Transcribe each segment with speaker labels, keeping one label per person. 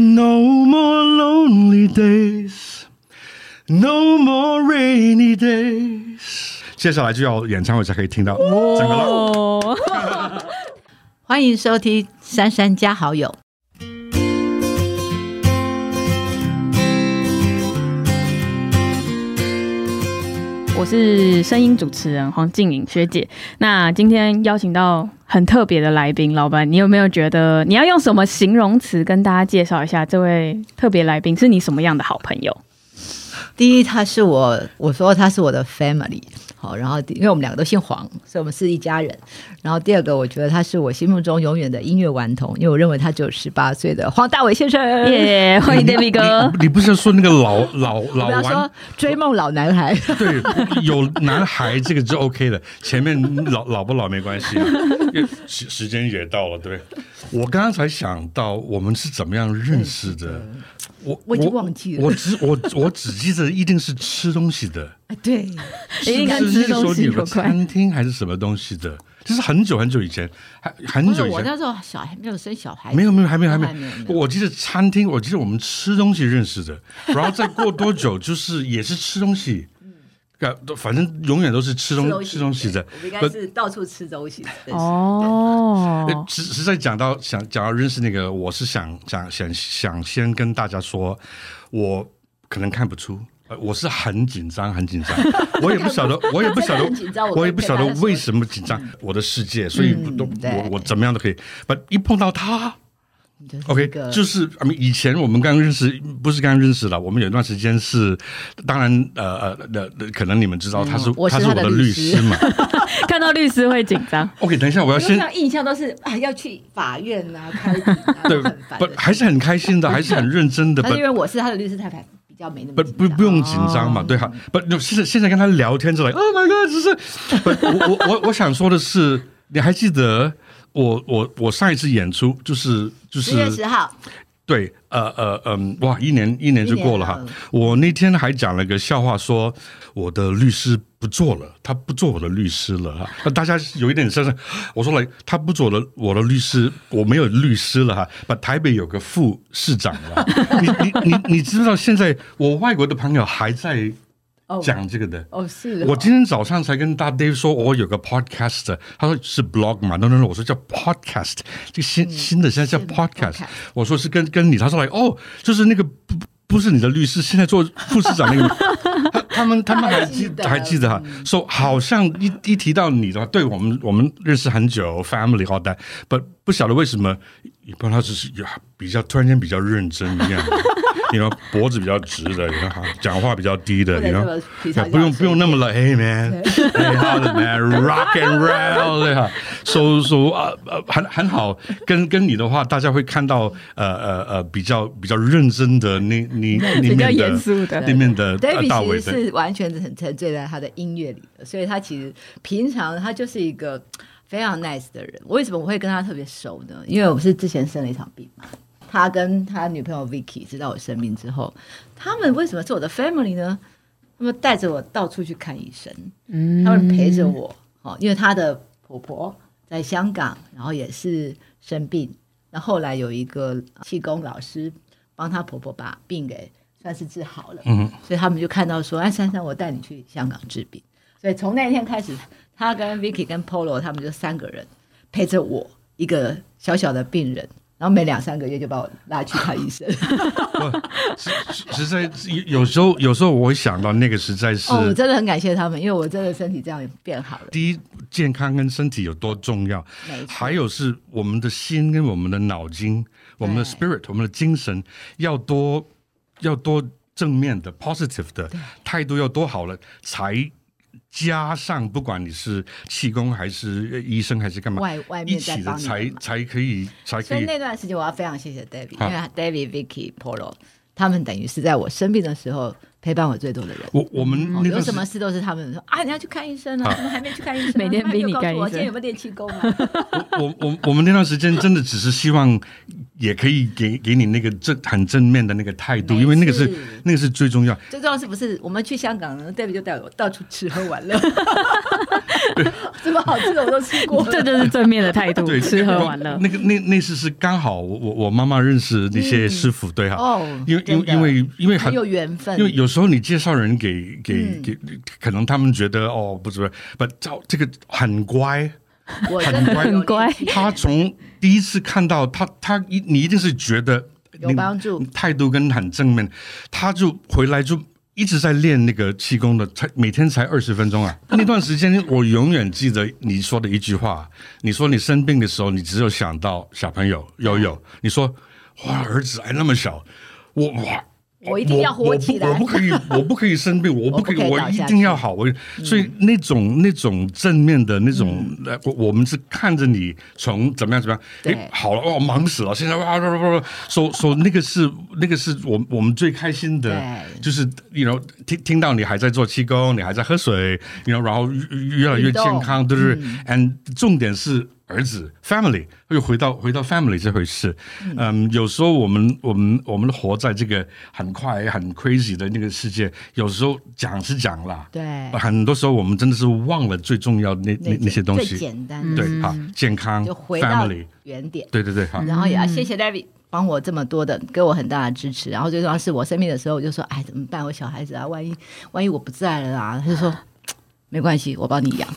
Speaker 1: No more lonely days, no more rainy days。接下来就要演唱会才可以听到整个了。
Speaker 2: 哦，
Speaker 3: 欢迎收听《珊珊加好友》。
Speaker 2: 我是声音主持人黄静颖学姐。那今天邀请到很特别的来宾，老板，你有没有觉得你要用什么形容词跟大家介绍一下这位特别来宾是你什么样的好朋友？
Speaker 3: 第一，他是我，我说他是我的 family，好，然后第因为我们两个都姓黄，所以我们是一家人。然后第二个，我觉得他是我心目中永远的音乐顽童，因为我认为他只有十八岁的黄大炜先生。
Speaker 2: 耶、欢迎 David 哥。
Speaker 1: 你不是说那个老老老
Speaker 3: 不要
Speaker 1: 顽
Speaker 3: 说追梦老男孩，
Speaker 1: 对，有男孩这个是 OK 的，前面老 老不老没关系、啊，因为时时间也到了。对，我刚刚才想到我们是怎么样认识的，我
Speaker 3: 嗯我已经忘记了
Speaker 1: 我只我我只记得一定是吃东西的，
Speaker 3: 对，
Speaker 1: 是
Speaker 2: 一定
Speaker 1: 不
Speaker 2: 跟
Speaker 1: 是
Speaker 2: 吃
Speaker 1: 那个时
Speaker 2: 东
Speaker 1: 候
Speaker 2: 西
Speaker 1: 你
Speaker 2: 有
Speaker 1: 有个
Speaker 2: 关
Speaker 1: 餐厅还是什么东西的，就是很久很久以前，还很
Speaker 3: 不是
Speaker 1: 久以
Speaker 3: 哦我
Speaker 1: 前。
Speaker 3: 那时候小孩没有生小孩，
Speaker 1: 没有没有，还没有还没
Speaker 3: 还没有
Speaker 1: 有。我记得餐厅，我记得我们吃东西认识的，然后再过多久就是也是吃东西，呃反正永远都是吃东吃东西的。哦
Speaker 3: 我们应该
Speaker 1: 不
Speaker 3: 是到处吃东西的。
Speaker 1: 呃
Speaker 2: 哦，
Speaker 1: 实实在讲到想讲到认识那个，我是想想想想先跟大家说，我可能看不出。呃我是很紧张，很紧 张，我也不晓得，我也不晓
Speaker 3: 真的很紧
Speaker 1: 得
Speaker 3: 张，我
Speaker 1: 我也不
Speaker 3: 可以陪
Speaker 1: 晓
Speaker 3: 大
Speaker 1: 得
Speaker 3: 家说
Speaker 1: 为什么紧张。我的世界，所以
Speaker 3: 嗯
Speaker 1: 都
Speaker 3: 对
Speaker 1: 我我怎么样都可以。不，一碰到他，
Speaker 3: 就是
Speaker 1: OK，
Speaker 3: 一个
Speaker 1: 就是啊，以前我们刚认识，不是刚认识了，我们有一段时间是，当然呃呃呃，呃可能你们知道他是、
Speaker 3: 嗯我是
Speaker 1: 他是
Speaker 3: 他
Speaker 1: 我
Speaker 3: 的
Speaker 1: 的
Speaker 3: 律
Speaker 1: 律
Speaker 3: 师
Speaker 1: 师 嘛。
Speaker 2: 看到律师会紧张。
Speaker 1: OK，等一下我要
Speaker 3: 因为
Speaker 1: 先
Speaker 3: 像印象都是啊，要去法院啊，开庭啊，
Speaker 1: 对
Speaker 3: 都很烦，
Speaker 1: 不
Speaker 3: 的。
Speaker 1: 还是很开心 的，还是很认真的，
Speaker 3: 但
Speaker 1: 不
Speaker 3: 是因为我是他的律师太太，比较没那么哦
Speaker 1: 不不
Speaker 3: 紧张
Speaker 1: 不用紧张嘛，对哈、不，那现在现在跟他聊天之类，Oh my God，只是不，我我我我想说的是，你还记得我我我上一次演出就是就
Speaker 3: 十月
Speaker 1: 是
Speaker 3: 十号，
Speaker 1: 对，呃呃嗯，哇，一年一年就嗯过了
Speaker 3: 一
Speaker 1: 哈
Speaker 3: 年了。
Speaker 1: 我那天还讲了个笑话说，我的律师不做了，他不做我的律师了哈。那大家有一点深深，我说了，他不做了我的律师，我没有律师了哈。把台北有个副市长了，你你你你知道现在我外国的朋友还在
Speaker 3: 哦
Speaker 1: 讲这个的。
Speaker 3: 哦是哦，
Speaker 1: 我今天早上才跟大 Dave 说，我有个 podcast，他说是 blog 嘛，no no no，我说叫 podcast，这个新、新的现在叫
Speaker 3: 是
Speaker 1: podcast，
Speaker 3: 嗯 podcast
Speaker 1: 我说是跟跟你，他说来哦，就是那个不不是你的律师，现在做副市长那个， 他他们他们还记
Speaker 3: 他还
Speaker 1: 还
Speaker 3: 记
Speaker 1: 记
Speaker 3: 得嗯
Speaker 1: 得哈，说、好像一一提到你的话，对我们我们认识很久，family 好的，不不晓得为什么，也不知道他只是有比较突然间比较认真一样。 你说脖子比较直的，你看讲话比较低的，
Speaker 3: 不
Speaker 1: 你
Speaker 3: 能这
Speaker 1: 看
Speaker 3: 么平常
Speaker 1: 不用
Speaker 3: 这样
Speaker 1: 不用那么了，Hey man，Hey how the man，rock and roll，对哈，so so 啊呃很很好，跟跟你的话，大家会看到呃呃呃比较比较认真的那 你里
Speaker 2: 比较
Speaker 1: 面
Speaker 2: 严
Speaker 1: 的
Speaker 2: 肃的
Speaker 1: 里面的呃大
Speaker 3: David
Speaker 1: 伟
Speaker 3: 其
Speaker 1: 的
Speaker 3: 实是完全很沉醉在他的音乐里的，所以他其实平常他就是一个非常 nice 的人。为什么我会跟他特别熟呢？因为我是之前生了一场病嘛。他跟他女朋友 Vicky 知道我生病之后，他们为什么是我的 family 呢？他们带着我到处去看医生，
Speaker 2: 嗯
Speaker 3: 他们陪着我哦，因为她的婆婆在香港，然后也是生病，那后来有一个气功老师帮她婆婆把病给算是治好了，
Speaker 1: 嗯，
Speaker 3: 所以他们就看到说，哎，珊珊，我带你去香港治病。所以从那一天开始，她跟 Vicky 跟 Polo 他们就三个人陪着我一个小小的病人。然后每两三个月就把我拉去看 医生，
Speaker 1: 实在有有时候有时候我会想到那个实在是
Speaker 3: 哦，我真的很感谢他们，因为我真的身体这样也变好了。
Speaker 1: 第一健康跟身体有多重要，
Speaker 3: 没错
Speaker 1: 还有是我们的心跟我们的脑筋，我们的 spirit，我们的精神要多要多正面的 positive 的态度要多好了，才加上不管你是气功还是呃医生还是干嘛，
Speaker 3: 外外
Speaker 1: 一
Speaker 3: 面在
Speaker 1: 起的
Speaker 3: 帮你
Speaker 1: 才
Speaker 3: 们嘛
Speaker 1: 才可以才
Speaker 3: 所
Speaker 1: 可
Speaker 3: 以
Speaker 1: 以
Speaker 3: 那段时间我要非常谢谢 David，
Speaker 1: 好
Speaker 3: 因为 David、Vicky、Polo 他们等于是在我生病的时候陪伴我最多的人。
Speaker 1: 我我们
Speaker 3: 哦
Speaker 1: 那
Speaker 3: 有
Speaker 1: 段
Speaker 3: 什
Speaker 1: 时
Speaker 3: 么事都是他们说啊，你要去看医生啊，怎么还没去看医生啊？
Speaker 2: 每天
Speaker 3: 怎么还没
Speaker 2: 逼你
Speaker 3: 告诉
Speaker 2: 看医
Speaker 3: 我
Speaker 2: 生
Speaker 3: 今天有没有练气功啊？
Speaker 1: 我我我们那段时间真的只是希望，也可以给给你那个正很正面的那个态度，
Speaker 3: 没
Speaker 1: 因为那个是
Speaker 3: 事
Speaker 1: 那个是最重要。
Speaker 3: 最重要是不是我们去香港呢？David 就带我到处吃喝 玩乐，什么好吃的我都吃过了。
Speaker 2: 这就是正面的态度
Speaker 1: 对，，
Speaker 2: 吃喝玩 乐。
Speaker 1: 那个那那次是刚好我我我妈妈认识那些师傅，对哈、
Speaker 3: 嗯哦
Speaker 1: 因为因为
Speaker 3: 真的
Speaker 1: 因为因为
Speaker 3: 很
Speaker 1: 很
Speaker 3: 有缘分，
Speaker 1: 因为有时候你介绍人给给
Speaker 3: 嗯
Speaker 1: 给，可能他们觉得哦不是，不照这个很乖，
Speaker 3: 我真的有
Speaker 2: 很乖
Speaker 3: 练气
Speaker 1: 他从第一次看到他他一你一定是觉得那
Speaker 3: 有
Speaker 1: 个
Speaker 3: 帮助
Speaker 1: 态度跟很正面，他就回来就一直在练那个气功的，才每天才二十分钟啊。那段时间我永远记得你说的一句话，你说你生病的时候，你只有想到小朋友悠悠，你说哇儿子还那么小，我哇。
Speaker 3: 我一定要活起来
Speaker 1: 我不我不可 以，我不可以生病，我不可以，
Speaker 3: 我不可以
Speaker 1: 我
Speaker 3: 倒
Speaker 1: 一
Speaker 3: 下
Speaker 1: 定
Speaker 3: 去嗯
Speaker 1: 要好。我所以那种那种正面的那种，呃我我们是看着你从怎么样怎么样，
Speaker 3: 对
Speaker 1: 诶，好了，哦，忙死了，现在哇哇哇哇，说说那个是那个是我我们最开心的，
Speaker 3: 对
Speaker 1: 就是你 you know 听听到你还在做气功，你还在喝水，你 you know 然后越越来越
Speaker 3: 运动
Speaker 1: 啊
Speaker 3: 嗯
Speaker 1: 健康，对不对、a n d 重点是儿子 family 又回到回到 family 这回事。嗯，有时候我们我们我们活在这个很快很 crazy 的那个世界，有时候讲是讲啦，
Speaker 3: 对
Speaker 1: 很多时候我们真的是忘了最重要的那啊那
Speaker 3: 件
Speaker 1: 那些东
Speaker 3: 最
Speaker 1: 西。
Speaker 3: 简单的，
Speaker 1: 对，好，健康
Speaker 3: 就回到嗯
Speaker 1: ，family，嗯
Speaker 3: 原点。
Speaker 1: 对对对，好。
Speaker 3: 然后也要谢谢 David 帮我这么多的，给我很大的支持。然后最重要是我生病的时候，我就说，哎，怎么办？我小孩子啊，万一万一我不在了啊，他就说。嘖没关系，我帮你养，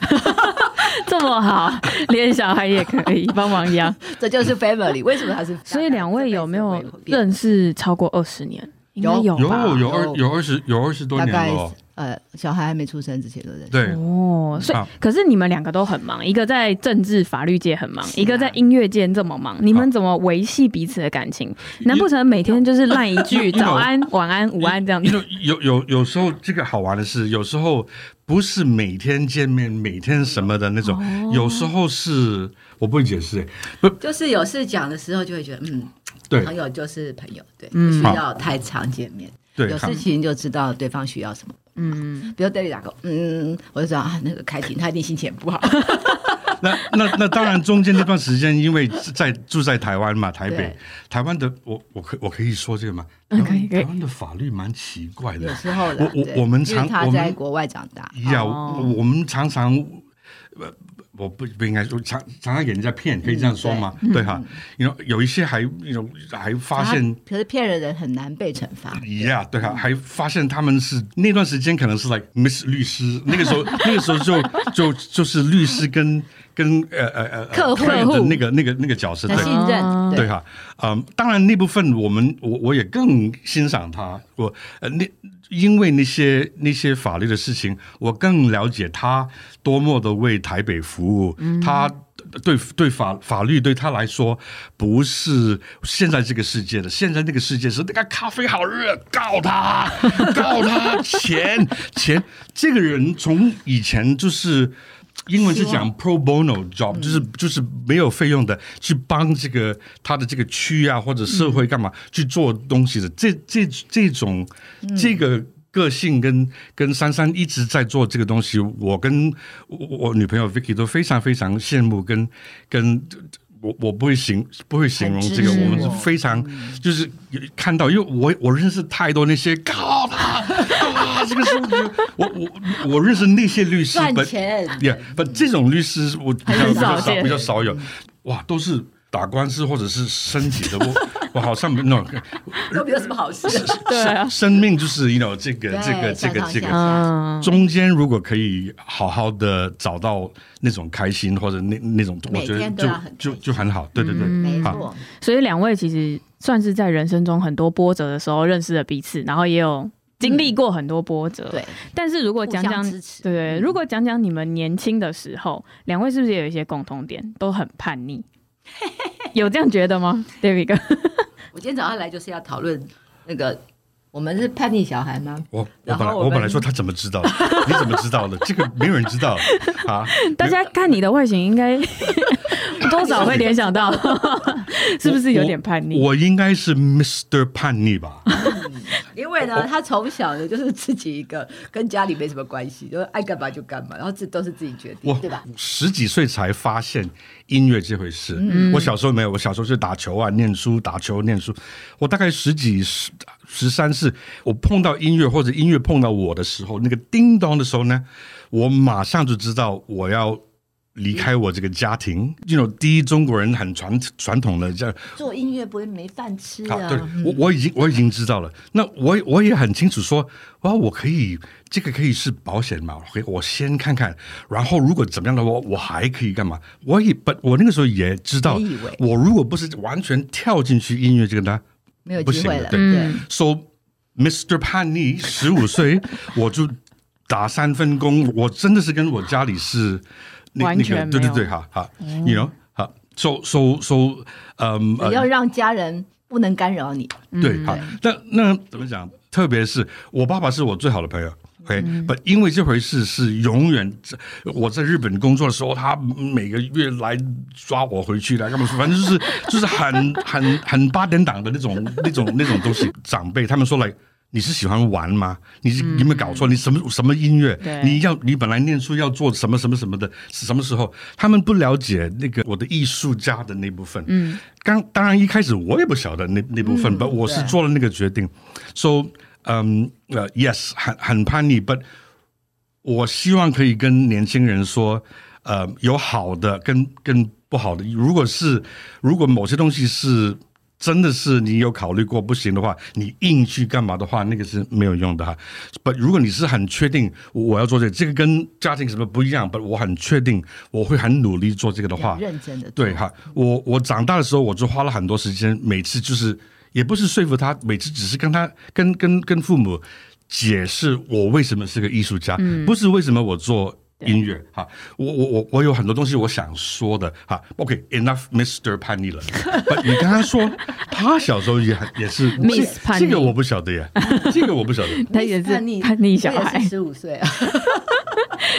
Speaker 2: 这么好，连小孩也可以帮忙养。
Speaker 3: 这就 是 family。为什么他是？
Speaker 2: 所以两位有没有
Speaker 3: 这辈子会
Speaker 2: 认识超过二十年？应该有吧？
Speaker 1: 有有二
Speaker 3: 有
Speaker 1: 有二十有二十多
Speaker 3: 大
Speaker 1: 年
Speaker 3: 概
Speaker 1: 了哦，
Speaker 3: 呃，小孩还没出生之前都认识。
Speaker 1: 对，
Speaker 2: 哦，所以
Speaker 1: 好
Speaker 2: 可是你们两个都很忙，一个在政治法律界很忙，
Speaker 3: 是啊
Speaker 2: 一个在音乐界这么忙，你们怎么维系彼此的感情？难不成每天就是赖一句
Speaker 1: 因为
Speaker 2: 早安、晚安、午安 这样
Speaker 1: 因
Speaker 2: 子？
Speaker 1: 为有有有时候这个好玩的是，有时候不是每天见面、每天什么的那种，有时候是我不会解释、欸，不
Speaker 3: 就是有事讲的时候，就会觉得嗯，
Speaker 1: 对
Speaker 3: 朋友就是朋友，对，不
Speaker 2: 嗯
Speaker 3: 需要太常见面。
Speaker 1: 对
Speaker 3: 有，
Speaker 1: 好
Speaker 3: 事情就知道对方需要什么。
Speaker 2: 嗯，
Speaker 3: 比如 David 打个嗯，我就知道啊，那个开庭他一定心情很不好。
Speaker 1: 那那那当然，中间那段时间，因为在住在台湾嘛，台北
Speaker 3: 对，
Speaker 1: 台湾的我我可我可以说这个吗？
Speaker 2: 嗯可以可以
Speaker 1: 台湾的法律蛮奇怪
Speaker 3: 有
Speaker 1: 的，
Speaker 3: 时候啦，
Speaker 1: 我我
Speaker 3: 对
Speaker 1: 我们
Speaker 3: 因为
Speaker 1: 常
Speaker 3: 他
Speaker 1: 我们
Speaker 3: 在国外长大，
Speaker 1: 呀，
Speaker 2: 哦
Speaker 1: 我我们常常，呃，我不不应该说常常常给人家骗，可以这样说吗？对哈，有有一些还有还发现
Speaker 3: 他可是骗人的人很难被惩罚。
Speaker 1: Yeah，对啊，还发现他们是那段时间可能是 like Miss 律师，那个时候那个时候就就就是律师跟跟呃呃呃
Speaker 3: 客户
Speaker 1: client 的那个那个那个角色，
Speaker 3: 他
Speaker 1: 对
Speaker 3: 信任
Speaker 2: 啊，
Speaker 1: 对哈，嗯，当然那部分我们我我也更欣赏他，我呃那因为那些那些法律的事情，我更了解他多么的为台北服务，他。对对法法律对他来说不是现在这个世界的，现在那个世界是那个咖啡好热，告他，告他钱钱。这个人从以前就是英文是讲 pro bono job，、就是
Speaker 3: 嗯
Speaker 1: 就是没有费用的，去帮这个他的这个区啊或者社会干嘛、
Speaker 3: 嗯
Speaker 1: 去做东西的。这这这种、这个个性跟跟珊珊一直在做这个东西，我跟我我女朋友 Vicky 都非常非常羡慕跟跟。我我不会形不会形容
Speaker 3: 很支
Speaker 1: 这个，
Speaker 3: 持
Speaker 1: 我们是
Speaker 3: 我嗯
Speaker 1: 非常就是有看到，因为我我认识太多那些靠他啊，这个是我我我认识那些律师
Speaker 3: 赚
Speaker 1: but-
Speaker 3: 钱
Speaker 1: Yeah，不，这种律师我比较
Speaker 2: 很
Speaker 1: 比较
Speaker 2: 少
Speaker 1: 少
Speaker 2: 见
Speaker 1: 比较少有，哇，都是打官司或者是身体的，我 我好像没那种
Speaker 3: 都没有什么好事。
Speaker 2: 对啊，
Speaker 1: 生命就是，you know，这个
Speaker 3: 对
Speaker 1: 这个这
Speaker 3: 上
Speaker 1: 个
Speaker 3: 上
Speaker 1: 这个
Speaker 3: 下
Speaker 2: 嗯，
Speaker 1: 中间如果可以好好的找到那种开心或者那那种，我
Speaker 3: 每
Speaker 1: 觉得
Speaker 3: 天都
Speaker 1: 就
Speaker 3: 要很
Speaker 1: 就
Speaker 3: 开心嗯
Speaker 1: 就很好，对对对，
Speaker 3: 没
Speaker 1: 好。
Speaker 3: 错，
Speaker 2: 所以两位其实算是在人生中很多波折的时候认识了彼此，然后也有经历过很多波折。
Speaker 3: 嗯对，
Speaker 2: 但是如果讲
Speaker 3: 互
Speaker 2: 讲
Speaker 3: 相支持
Speaker 2: 对对，如果讲讲你们年轻的时候，两位是不是也有一些共同点，都很叛逆？有这样觉得吗，David 哥？
Speaker 3: 我今天早上来就是要讨论那个，我们是叛逆小孩吗？
Speaker 1: 我我
Speaker 3: 然后
Speaker 1: 本来
Speaker 3: 我
Speaker 1: 我本来
Speaker 3: 们
Speaker 1: 说他怎么知 道的，你怎么知道的？这个没有人知道啊。
Speaker 2: 大家看你的外形应该
Speaker 1: 没
Speaker 2: 多少会联 想到，是不是有点叛逆？
Speaker 1: 我我应该是 Mr. 叛逆吧？
Speaker 3: 因为 呢，他从小呢就是自己一个，跟家里没什么关系，就是爱干嘛就干嘛，然后这都是自己决定
Speaker 1: 我，
Speaker 3: 对吧？
Speaker 1: 十几岁才发现音乐这回事。
Speaker 3: 嗯
Speaker 1: 我小时候没有，我小时候是打球啊、念书、打球、念书。我大概十几、十十三四，我碰到音乐或者音乐碰到我的时候，那个叮咚的时候呢，我马上就知道我要。离开我这个家庭，这种第一中国人很传传统的这样，
Speaker 3: 做音乐不会没饭吃
Speaker 1: 好，
Speaker 3: 啊
Speaker 1: 对，我我已经我已经知道了。那我也我也很清楚说，哇，我可以这个可以是保险嘛？我可以我先看看，然后如果怎么样的话，我还可以干嘛？我也不，我那个时候也知道
Speaker 3: 也以为，
Speaker 1: 我如果不是完全跳进去音乐这个呢，
Speaker 3: 没有
Speaker 1: 不
Speaker 3: 机
Speaker 1: 行
Speaker 3: 会
Speaker 1: 的嗯
Speaker 3: 了，
Speaker 1: 对
Speaker 3: 对。
Speaker 1: So Mr. 叛逆，十五岁 我就打三份工，我真的是跟我家里是那
Speaker 2: 完全
Speaker 1: 那个、对对
Speaker 2: 没有
Speaker 1: 对，哈哈、你 you know 哈，so so so，嗯、呃
Speaker 3: 你要让家人不能干扰你，
Speaker 1: 嗯对，好，那那怎么讲？特别是我爸爸是我最好的朋友。OK，不、因为这回事是永远，我在日本工作的时候，他每个月来抓我回去来干嘛？反正就是就是很很很八点档的那种那种那种东西。长辈他们说来，你是喜欢玩吗？你是有没有搞错？你什么什么音乐
Speaker 2: 对？
Speaker 1: 你要你本来念书要做什么什么什么的，是什么时候？他们不了解那个我的艺术家的那部分。嗯，刚当然一开始我也不晓得那那部分，but 我是
Speaker 3: 对
Speaker 1: 做了那个决定。So，嗯、呃，yes，很很叛逆，but 我希望可以跟年轻人说，呃，有好的跟跟不好的。如果是如果某些东西是真的是你有考虑过不行的话，你硬去干嘛的话，那个是没有用的哈。不，如果你是很确定我我要做这个，这个跟家庭什么不一样，不，我很确定我会很努力做这个的话
Speaker 3: 要，认真的
Speaker 1: 对哈，我我长大的时候，我就花了很多时间，每次就是也不是说服他，每次只是跟他跟跟跟父母解释我为什么是个艺术家，
Speaker 2: 嗯
Speaker 1: 不是为什么我做音乐哈。我我我我有很多东西我想说的哈。OK，enough、Mr. 叛逆了。But 你跟他说，他小时候也很也是
Speaker 2: Miss
Speaker 1: 这
Speaker 2: 叛逆
Speaker 1: 这个我不晓得耶，这个我不晓得。
Speaker 2: 他也是
Speaker 3: 叛逆
Speaker 2: 叛逆小孩，
Speaker 3: 十五岁啊，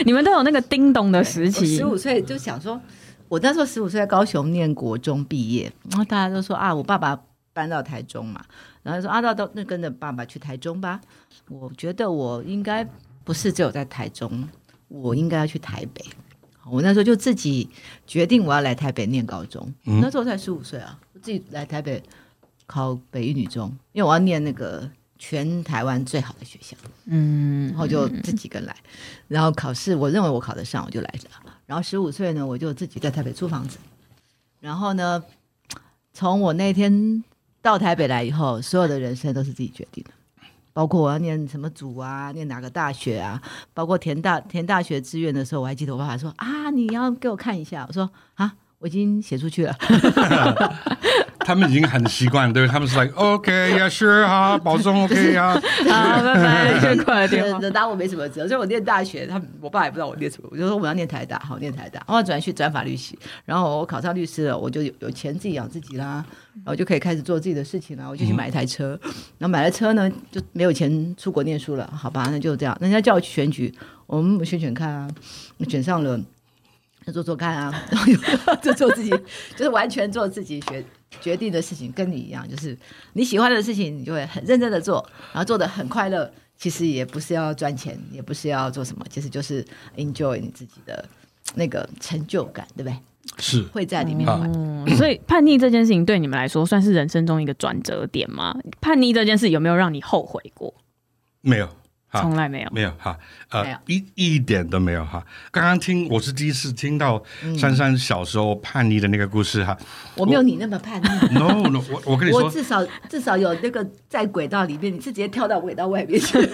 Speaker 2: 你们都有那个叮咚的时期
Speaker 3: 十，五岁就想说，我那时候十五岁在高雄念国中毕业，然后大家都说啊，我爸爸搬到台中嘛，然后就说啊，那到那跟着爸爸去台中吧。我觉得我应该不是只有在台中，我应该要去台北。我那时候就自己决定我要来台北念高中，那时候才十五岁啊，我自己来台北考北一女中，因为我要念那个全台湾最好的学校。
Speaker 2: 嗯
Speaker 3: 然，后就自己跟来，然后考试我认为我考得上，我就来了。然后十五岁呢，我就自己在台北租房子。然后呢，从我那天到台北来以后，所有的人生都是自己决定的，包括我要念什么组啊，念哪个大学啊，包括填大填大学志愿的时候，我还记得我爸爸说啊，你要给我看一下，我说啊，我已经写出去了。
Speaker 1: 他们已经很习惯，对他们是 like OK，yeah sure 哈，保重 OK 呀、
Speaker 2: 好，拜 拜，最快的电话
Speaker 3: 对，打我没什么辙，所以我念大学，他们我爸也不知道我念什么，我就说我要念台大，好念台大，然后转去转法律系，然后我考上律师了，我就有有钱自己养自己啦，然后就可以开始做自己的事情啦，我就去买一台车，然后买了车呢就没有钱出国念书了，好吧，那就这样，人家叫我去选举，我们选选看啊，选上了。就做做看啊， 然后就就做自己，就是完全做自己决决定的事情，跟你一样，就是你喜欢的事情，你就会很认真的做，然后做的很快乐。其实也不是要赚钱，也不是要做什么，其实就是呃 enjoy 你自己的那个成就感，对不对？
Speaker 1: 是。
Speaker 3: 会在里面
Speaker 1: 啊
Speaker 3: 玩。
Speaker 2: 嗯所以叛逆这件事情对你们来说算是人生中一个转折点吗？叛逆这件事有没有让你后悔过？
Speaker 1: 没有，哈
Speaker 2: 从来没有。
Speaker 1: 没有哈，
Speaker 3: 没有
Speaker 1: 呃，一一点都没有哈。刚刚听我是第一次听到
Speaker 3: 嗯
Speaker 1: 珊珊小时候叛逆的那个故事 哈。
Speaker 3: 我没有你那么叛逆。
Speaker 1: No No，我我跟 你
Speaker 3: 我
Speaker 1: 说
Speaker 3: 至少至少有那个在轨道里面，你是直接跳到轨道外面
Speaker 1: 哦
Speaker 3: 去。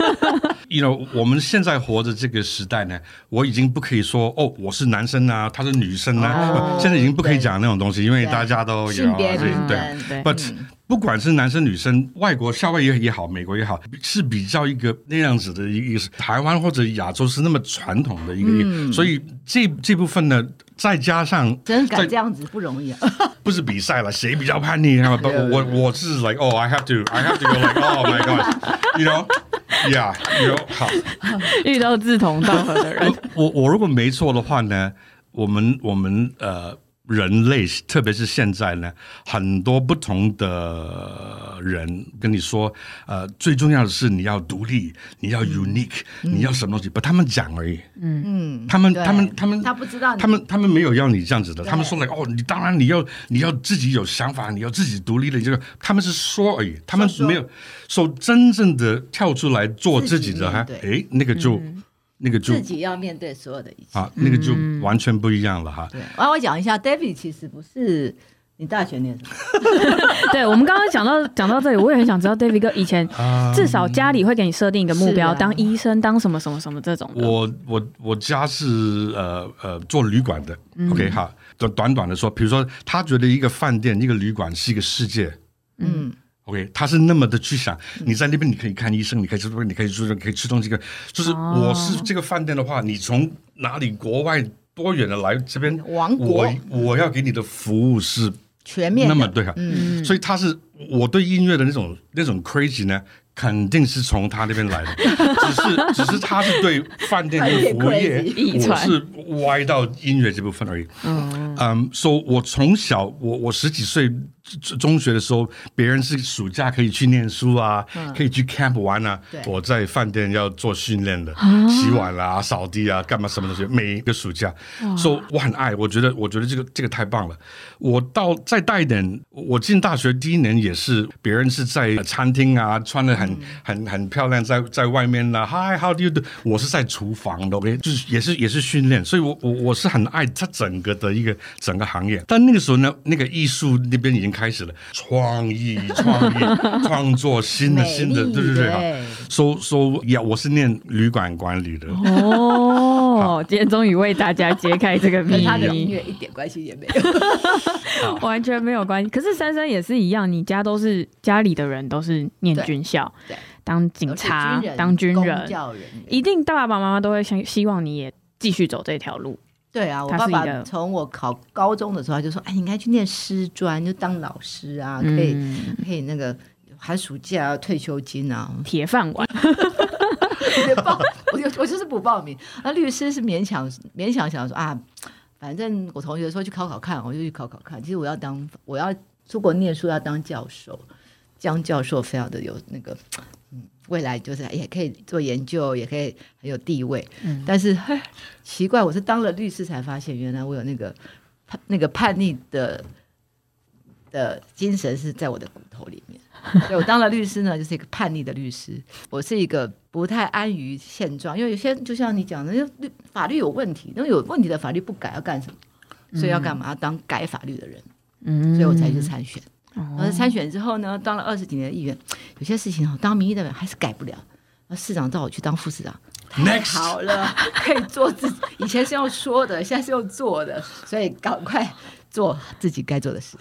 Speaker 1: ，You know，我们现在活着这个时代呢，我已经不可以说哦，我是男生啊，他是女生啊，
Speaker 3: 哦
Speaker 1: 现在已经不可以
Speaker 3: 对
Speaker 1: 讲那种东西，因为
Speaker 3: 对
Speaker 1: 大家都有
Speaker 3: 性别啊嗯
Speaker 1: 对
Speaker 3: 平
Speaker 1: 对
Speaker 3: 等。
Speaker 2: 对
Speaker 1: But 不管是男生女生，外国夏威夷也好，美国也好，是比较一个那样子的一个台湾或者亚洲是那么传统的一个，所以这这部分呢，再加上
Speaker 3: 嗯真
Speaker 1: 在
Speaker 3: 敢这样子不容易啊！
Speaker 1: 不是比赛了，谁比较叛逆？ 不，
Speaker 3: 对
Speaker 1: 我我是 like oh I have to I have to go like oh my god，you know yeah you know 好，
Speaker 2: 遇
Speaker 1: 哎
Speaker 2: 到志同道合的人，
Speaker 1: 我我如果没错的话呢，我们我们呃人类，特别是现在呢，很多不同的人跟你说，呃，最重要的是你要独立，你要 unique，、你要什么东西，不，他们讲而已。
Speaker 3: 嗯，
Speaker 1: 他们
Speaker 3: 对
Speaker 1: 他们他们
Speaker 3: 他不知道你
Speaker 1: 他们他们没有要你这样子的，
Speaker 3: 嗯对
Speaker 1: 他们说了哦，你当然你要你要自己有想法，你要自己独立的，这个他们是说而已，他们
Speaker 3: 说说
Speaker 1: 没有说真正的跳出来做自
Speaker 3: 自
Speaker 1: 己
Speaker 3: 己
Speaker 1: 的，还
Speaker 3: 面对
Speaker 1: 诶，那个就、那个就
Speaker 3: 自己要面对所有的一切。
Speaker 1: 啊，那个就完全不一样了哈。
Speaker 3: 对，我要我讲一下，David 其实不是你大学念什么，
Speaker 2: 对，我们刚刚讲到讲到这里，我也很想知道 David 哥以前
Speaker 1: 啊
Speaker 2: 至少家里会给你设定一个目标，
Speaker 3: 是啊
Speaker 2: 当医生，当什么什么什么这种的。
Speaker 1: 我我我家是呃呃做旅馆的、o k 哈，短短短的说，比如说他觉得一个饭店一个旅馆是一个世界，
Speaker 3: 嗯，
Speaker 1: OK，他是那么的去想，你在那边你可以看医生，你可以吃东西，你可以住，你可以吃东西，可以就是
Speaker 2: 哦
Speaker 1: 我是这个饭店的话，你从哪里国外多远的来这边，
Speaker 3: 王国
Speaker 1: 我我要给你的服务是
Speaker 3: 全面的嗯
Speaker 1: 那么对啊，所以他是我对音乐的那种那种 crazy 呢，肯定是从他那边来的，只是只是他是对饭店跟服务业
Speaker 3: 有点，
Speaker 2: crazy 遗
Speaker 1: 我
Speaker 2: 传
Speaker 1: 是歪到音乐这部分而已。
Speaker 2: 嗯，
Speaker 1: 嗯，说、我从小，我我十几岁中中学的时候，别人是暑假可以去念书啊，
Speaker 2: 嗯
Speaker 1: 可以去 camp 玩啊
Speaker 3: 对，
Speaker 1: 我在饭店要做训练的，
Speaker 2: 啊
Speaker 1: 洗碗啦、扫地啊，干嘛什么东西，每一个暑假，所以、我很爱，我觉得我觉得这个这个太棒了。我到再大一点，我进大学第一年也是，别人是在餐厅啊，穿的
Speaker 3: 嗯
Speaker 1: 很、很很漂亮，在在外面啦、h i how do you do？我是在厨房的，OK，就是也是也是训练，所以我我我是很爱它整个的一个整个行业。但那个时候呢，那个艺术那边已经开始了，创意、创 意、创作新的
Speaker 3: 美
Speaker 1: 新
Speaker 3: 丽
Speaker 1: 的，对对对啊。
Speaker 3: 对
Speaker 1: 收收呀，我是念旅馆管理的，
Speaker 2: 哦，今天终于为大家揭开这个
Speaker 3: 跟
Speaker 2: 谜，
Speaker 3: 他的音乐一点关系也没
Speaker 2: 嗯
Speaker 3: 有。
Speaker 2: 完全没有关系。可是珊珊也是一样，你家都是家里的人都是念
Speaker 3: 对
Speaker 2: 军校
Speaker 3: 对，
Speaker 2: 当警察，当军
Speaker 3: 公
Speaker 2: 人，
Speaker 3: 教人员
Speaker 2: 一定爸爸妈妈都会想希望你也继续走这条路。
Speaker 3: 对啊，我
Speaker 2: 他
Speaker 3: 爸
Speaker 2: 是一
Speaker 3: 爸
Speaker 2: 个
Speaker 3: 从我考高中的时候，他就说：“哎，你应该去念师专，就当老师啊，可以、
Speaker 2: 嗯，
Speaker 3: 可以那个寒暑假啊、退休金啊。
Speaker 2: 铁饭碗。”
Speaker 3: 我就报，我就我就是不报名。那律师是勉强勉强想说啊，反正我同学说去考考看，我就去考考看。其实我要当我要出国念书，要当教授，当教授非常的有那个。嗯，未来就是也可以做研究，也可以很有地位。
Speaker 2: 嗯
Speaker 3: 但是嘿奇怪，我是当了律师才发现，原来我有那个叛那个叛逆的的精神是在我的骨头里面。对我当了律师呢，就是一个叛逆的律师。我是一个不太安于现状，因为有些就像你讲的，因为律法律有问题，那有问题的法律不改要干什么？所以要干嘛？要当改法律的人，
Speaker 2: 嗯，
Speaker 3: 所以我才去参选。
Speaker 2: 哦
Speaker 3: 然后参选之后呢，当了二十几年的议员，有些事情哦，当民意代表还是改不了。那市长叫我去当副市长，太
Speaker 1: Next
Speaker 3: 好了， 可以做自己。以前是用说的，现在是用做的，所以赶快做自己该做的事。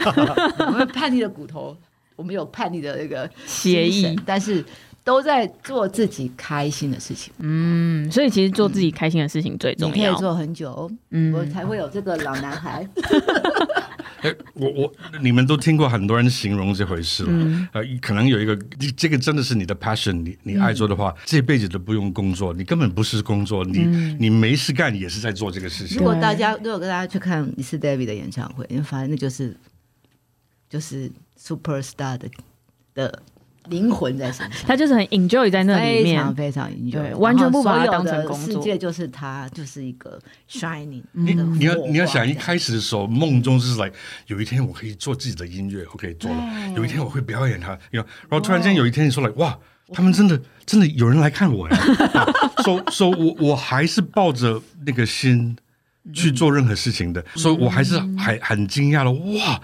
Speaker 3: 我们叛逆的骨头，我们有叛逆的那个
Speaker 2: 协
Speaker 3: 精神
Speaker 2: 议，
Speaker 3: 但是都在做自己开心的事情。
Speaker 2: 嗯，所以其实做自己开心的事情最
Speaker 3: 你
Speaker 2: 重
Speaker 3: 可
Speaker 2: 要。
Speaker 3: 以做很久哦，
Speaker 2: 嗯
Speaker 3: 我才会有这个老男孩。
Speaker 1: 哎，我我你们都听过很多人形容这回事了，呃，可能有一个你这个真的是你的 passion，你你爱做的话，这辈子都不用工作，你根本不是工作，你、你没事干也是在做这个事情
Speaker 3: 如。果大家如果跟大家去看一次 David 的演唱会，你会发现那就是就是 super star 的的灵魂在身上，
Speaker 2: 他就是很 enjoy 在 那里
Speaker 3: 非
Speaker 2: 面
Speaker 3: 常，非常 enjoy，
Speaker 2: 对
Speaker 3: 然后
Speaker 2: 完全不把它
Speaker 3: 所有
Speaker 2: 当成
Speaker 3: 的
Speaker 2: 工作嗯
Speaker 3: 世界就是他就是一个 shining，
Speaker 1: 你
Speaker 3: 一个
Speaker 1: 你要
Speaker 3: 火花
Speaker 1: 你要想，一
Speaker 3: 这样
Speaker 1: 开始的时候，梦中是来，有一天我可以做自己的音乐，OK，做了，有一天我会表演它，然后然后突然间有一天你说来，嗯哇，他们真的真的有人来看我呀，说说我我还是抱着那个心去做任何事情的，所以我还是还很惊讶的，哇。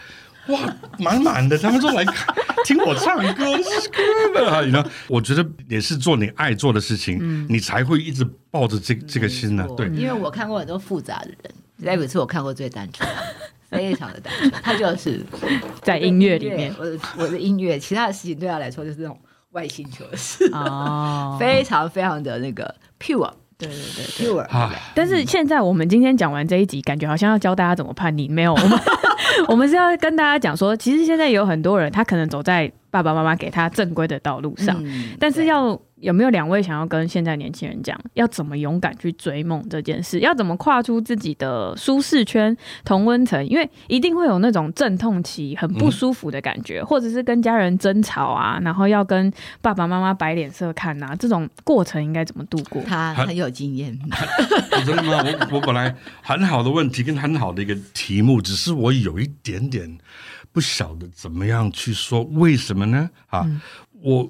Speaker 1: 哇，满满的，他们说来看听我唱歌，是歌的，你知道？我觉得也是做你爱做的事情，你才会一直抱着这这个心呢、
Speaker 3: 错
Speaker 1: 对，
Speaker 3: 因为我看过很多复杂的人，David 是我看过最单 纯的，非常的单纯，他就是
Speaker 2: 在音乐里面。
Speaker 3: 我的我的音乐，其他的事情对他来说就是那种外星球的事，
Speaker 2: 哦，
Speaker 3: 非常非常的那个 pure，对对对，pure，
Speaker 1: 啊。
Speaker 2: 但是现在我们今天讲完这一集，感觉好像要教大 家怎么叛逆，没有，我们我们是要跟大家讲说，其实现在有很多人他可能走在爸爸妈妈给他正规的道路上。
Speaker 3: 嗯
Speaker 2: 但是
Speaker 3: 对
Speaker 2: 要有没有两位想要跟现在年轻人讲，要怎么勇敢去追梦这件事，要怎么跨出自己的舒适圈、同温层？因为一定会有那种阵痛期，很不舒服的感觉，或者是跟家人争吵啊，然后要跟爸爸妈妈摆脸色看啊，这种过程应该怎么度过？
Speaker 3: 他
Speaker 1: 他
Speaker 3: 很有经验，
Speaker 1: 真的吗？我我本来很好的问题跟很好的一个题目，只是我有一点点不晓得怎么样去说，为什么呢？啊，我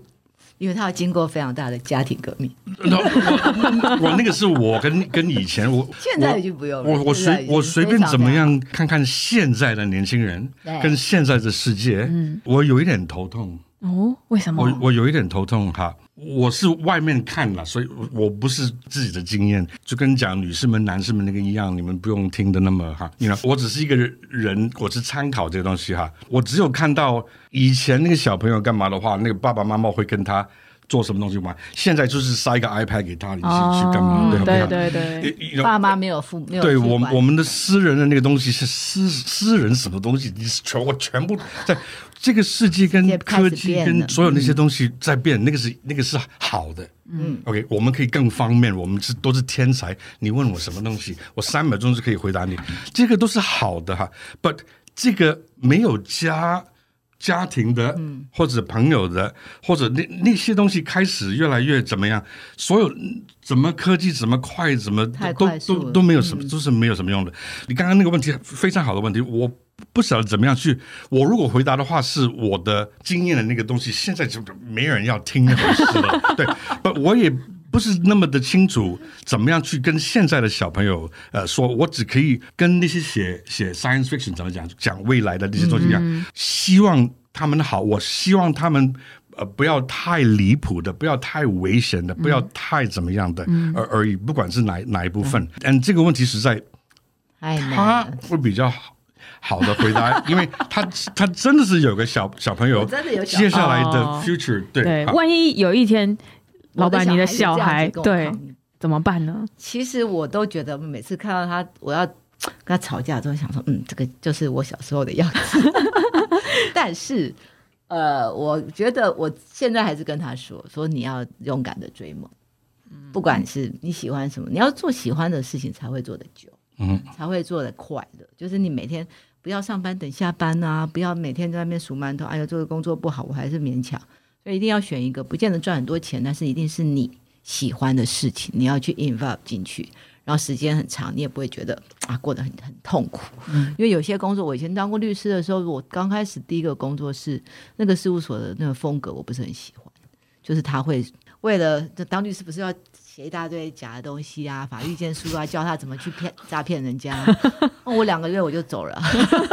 Speaker 3: 因为他要经过非常大的家庭革命，
Speaker 1: 那我我那个是我跟跟以前 我
Speaker 3: 现在已经不用了。
Speaker 1: 我我
Speaker 3: 现在
Speaker 1: 随
Speaker 3: 已经
Speaker 1: 我随便
Speaker 3: 非常
Speaker 1: 怎么，样看看现在的年轻人
Speaker 3: 对嗯
Speaker 1: 跟现在的世界，我有一点头痛，
Speaker 2: 哦，为什么
Speaker 1: 我？我有一点头痛哈。我是外面看了，所以我我不是自己的经验，就跟讲女士们、男士们那个一样，你们不用听的那么哈。你 know，我只是一个人，我是参考这个东西哈。我只有看到以前那个小朋友干嘛的话，那个爸爸妈妈会跟他做什么东西玩，现在就是塞一个 iPad 给他，你去去干嘛？
Speaker 2: 哦
Speaker 1: 对啊不
Speaker 2: 对对对，
Speaker 1: You
Speaker 3: 非常
Speaker 1: know，
Speaker 3: 爸妈没有父没有
Speaker 1: 对
Speaker 3: 父
Speaker 1: 我
Speaker 3: 管
Speaker 1: 我们的私人的那个东西是私私人什么东西，你是全我全部在这个世界跟
Speaker 3: 世界开始
Speaker 1: 科技
Speaker 3: 变了
Speaker 1: 跟所有那些东西在变，那个是那个是好的。嗯，OK，我们可以更方便，我们是都是天才。你问我什么东西，我三秒钟就可以回答你，这个都是好的哈。But 这个没有家家庭的，
Speaker 3: 嗯
Speaker 1: 或者朋友的，或者那那些东西开始越来越怎么样？所有嗯怎么科技怎么快怎么
Speaker 3: 太
Speaker 1: 都
Speaker 3: 快速
Speaker 1: 都
Speaker 3: 了
Speaker 1: 都没有什么，都是没有什么用的。你刚刚那个问题非常好的问题，我不晓得怎么样去。我如果回答的话，是我的经验的那个东西，现在就没人要听那回事了。对，不，我也。不是那么的清楚怎么样去跟现在的小朋友呃说，我只可以跟那些写写 science fiction 怎么讲讲未来的那些东西一样，希望他们好，我希望他们呃不要太离谱的，不要太危险
Speaker 3: 嗯
Speaker 1: 的，不要太怎么样的，而而已，不管是哪哪一部分，嗯，这个问题实在
Speaker 3: 太
Speaker 1: 他
Speaker 3: 难了。
Speaker 1: 会比较好好的回答， 因为他他真的是有个小小朋友，
Speaker 3: 我真的有小
Speaker 1: 接下来的
Speaker 2: 哦
Speaker 1: future，对
Speaker 2: 对，
Speaker 1: 好
Speaker 2: 万一有一天，老板你
Speaker 3: 我
Speaker 2: 的
Speaker 3: 的
Speaker 2: 小孩
Speaker 3: 孩就这
Speaker 2: 对
Speaker 3: 样子跟我抗议
Speaker 2: 怎么办呢？
Speaker 3: 其实我都觉得每次看到他，我要跟他吵架之后，想说，嗯，这个就是我小时候的样子。 但是，呃，我觉得我现在还是跟他说，说你要勇敢的追梦，不管是你喜欢什么，你要做喜欢的事情才会做得久，
Speaker 1: 嗯，
Speaker 3: 才会做得快乐。就是你每天不要上班等下班啊，不要每天在那边数馒头，哎呦，这个工作不好，我还是勉强。所以一定要选一个，不见得赚很多钱，但是一定是你喜欢的事情，你要去 involve 进去，然后时间很长，你也不会觉得啊过得很很痛苦。因为有些工作，我以前当过律师的时候，我刚开始第一个工作是那个事务所的那个风格，我不是很喜欢，就是他会为了就当律师不是要。写一大堆假的东西啊，法律意见书啊，教他怎么去骗诈骗人家、 哦我两个月我就走了，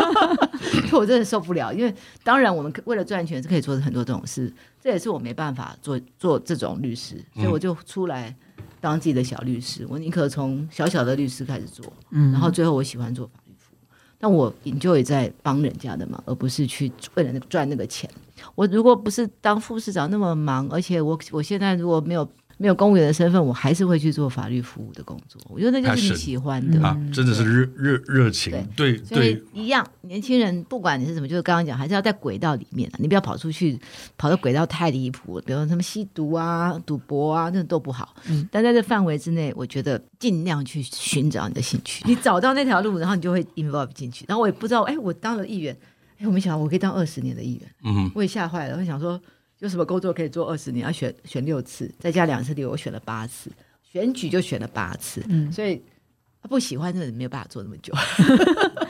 Speaker 3: 因为我真的受不了。因为当然，我们为了赚钱是可以做很多这种事，这也是我没办法做做这种律师，所以我就出来当自己的小律师。我宁可从小小的律师开始做，嗯，然后最后我喜欢做法律服务，但我 enjoy 在帮人家的忙，而不是去为了那个赚那个钱。我如果不是当副市长那么忙，而且我我现在如果没有没有公务员的身份，我还是会去做法律服务的工作。我觉得那就是你
Speaker 1: Passion
Speaker 3: 喜欢的。
Speaker 1: 啊，真的是热热热情，对
Speaker 3: 嗯所
Speaker 1: 对
Speaker 3: 以，一样，年轻人不管你是什么，就是刚刚讲，还是要在轨道里面、啊、你不要跑出去，跑到轨道太离谱了，比如什么吸毒啊、赌博啊，那都不好。
Speaker 1: 嗯
Speaker 3: 但在这范围之内，我觉得尽量去寻找你的兴趣，你找到那条路，然后你就会 involve 进去。然后我也不知道，哎，我当了议员，哎，我没想到我可以当二十年的议员，
Speaker 1: 嗯，
Speaker 3: 我也吓坏了，我想说有什么工作可以做二十年，要选选六次，再加两次例，我选了八次，选举就选了八次，
Speaker 1: 嗯
Speaker 3: 所以。啊不喜欢真的没有办法做那么久，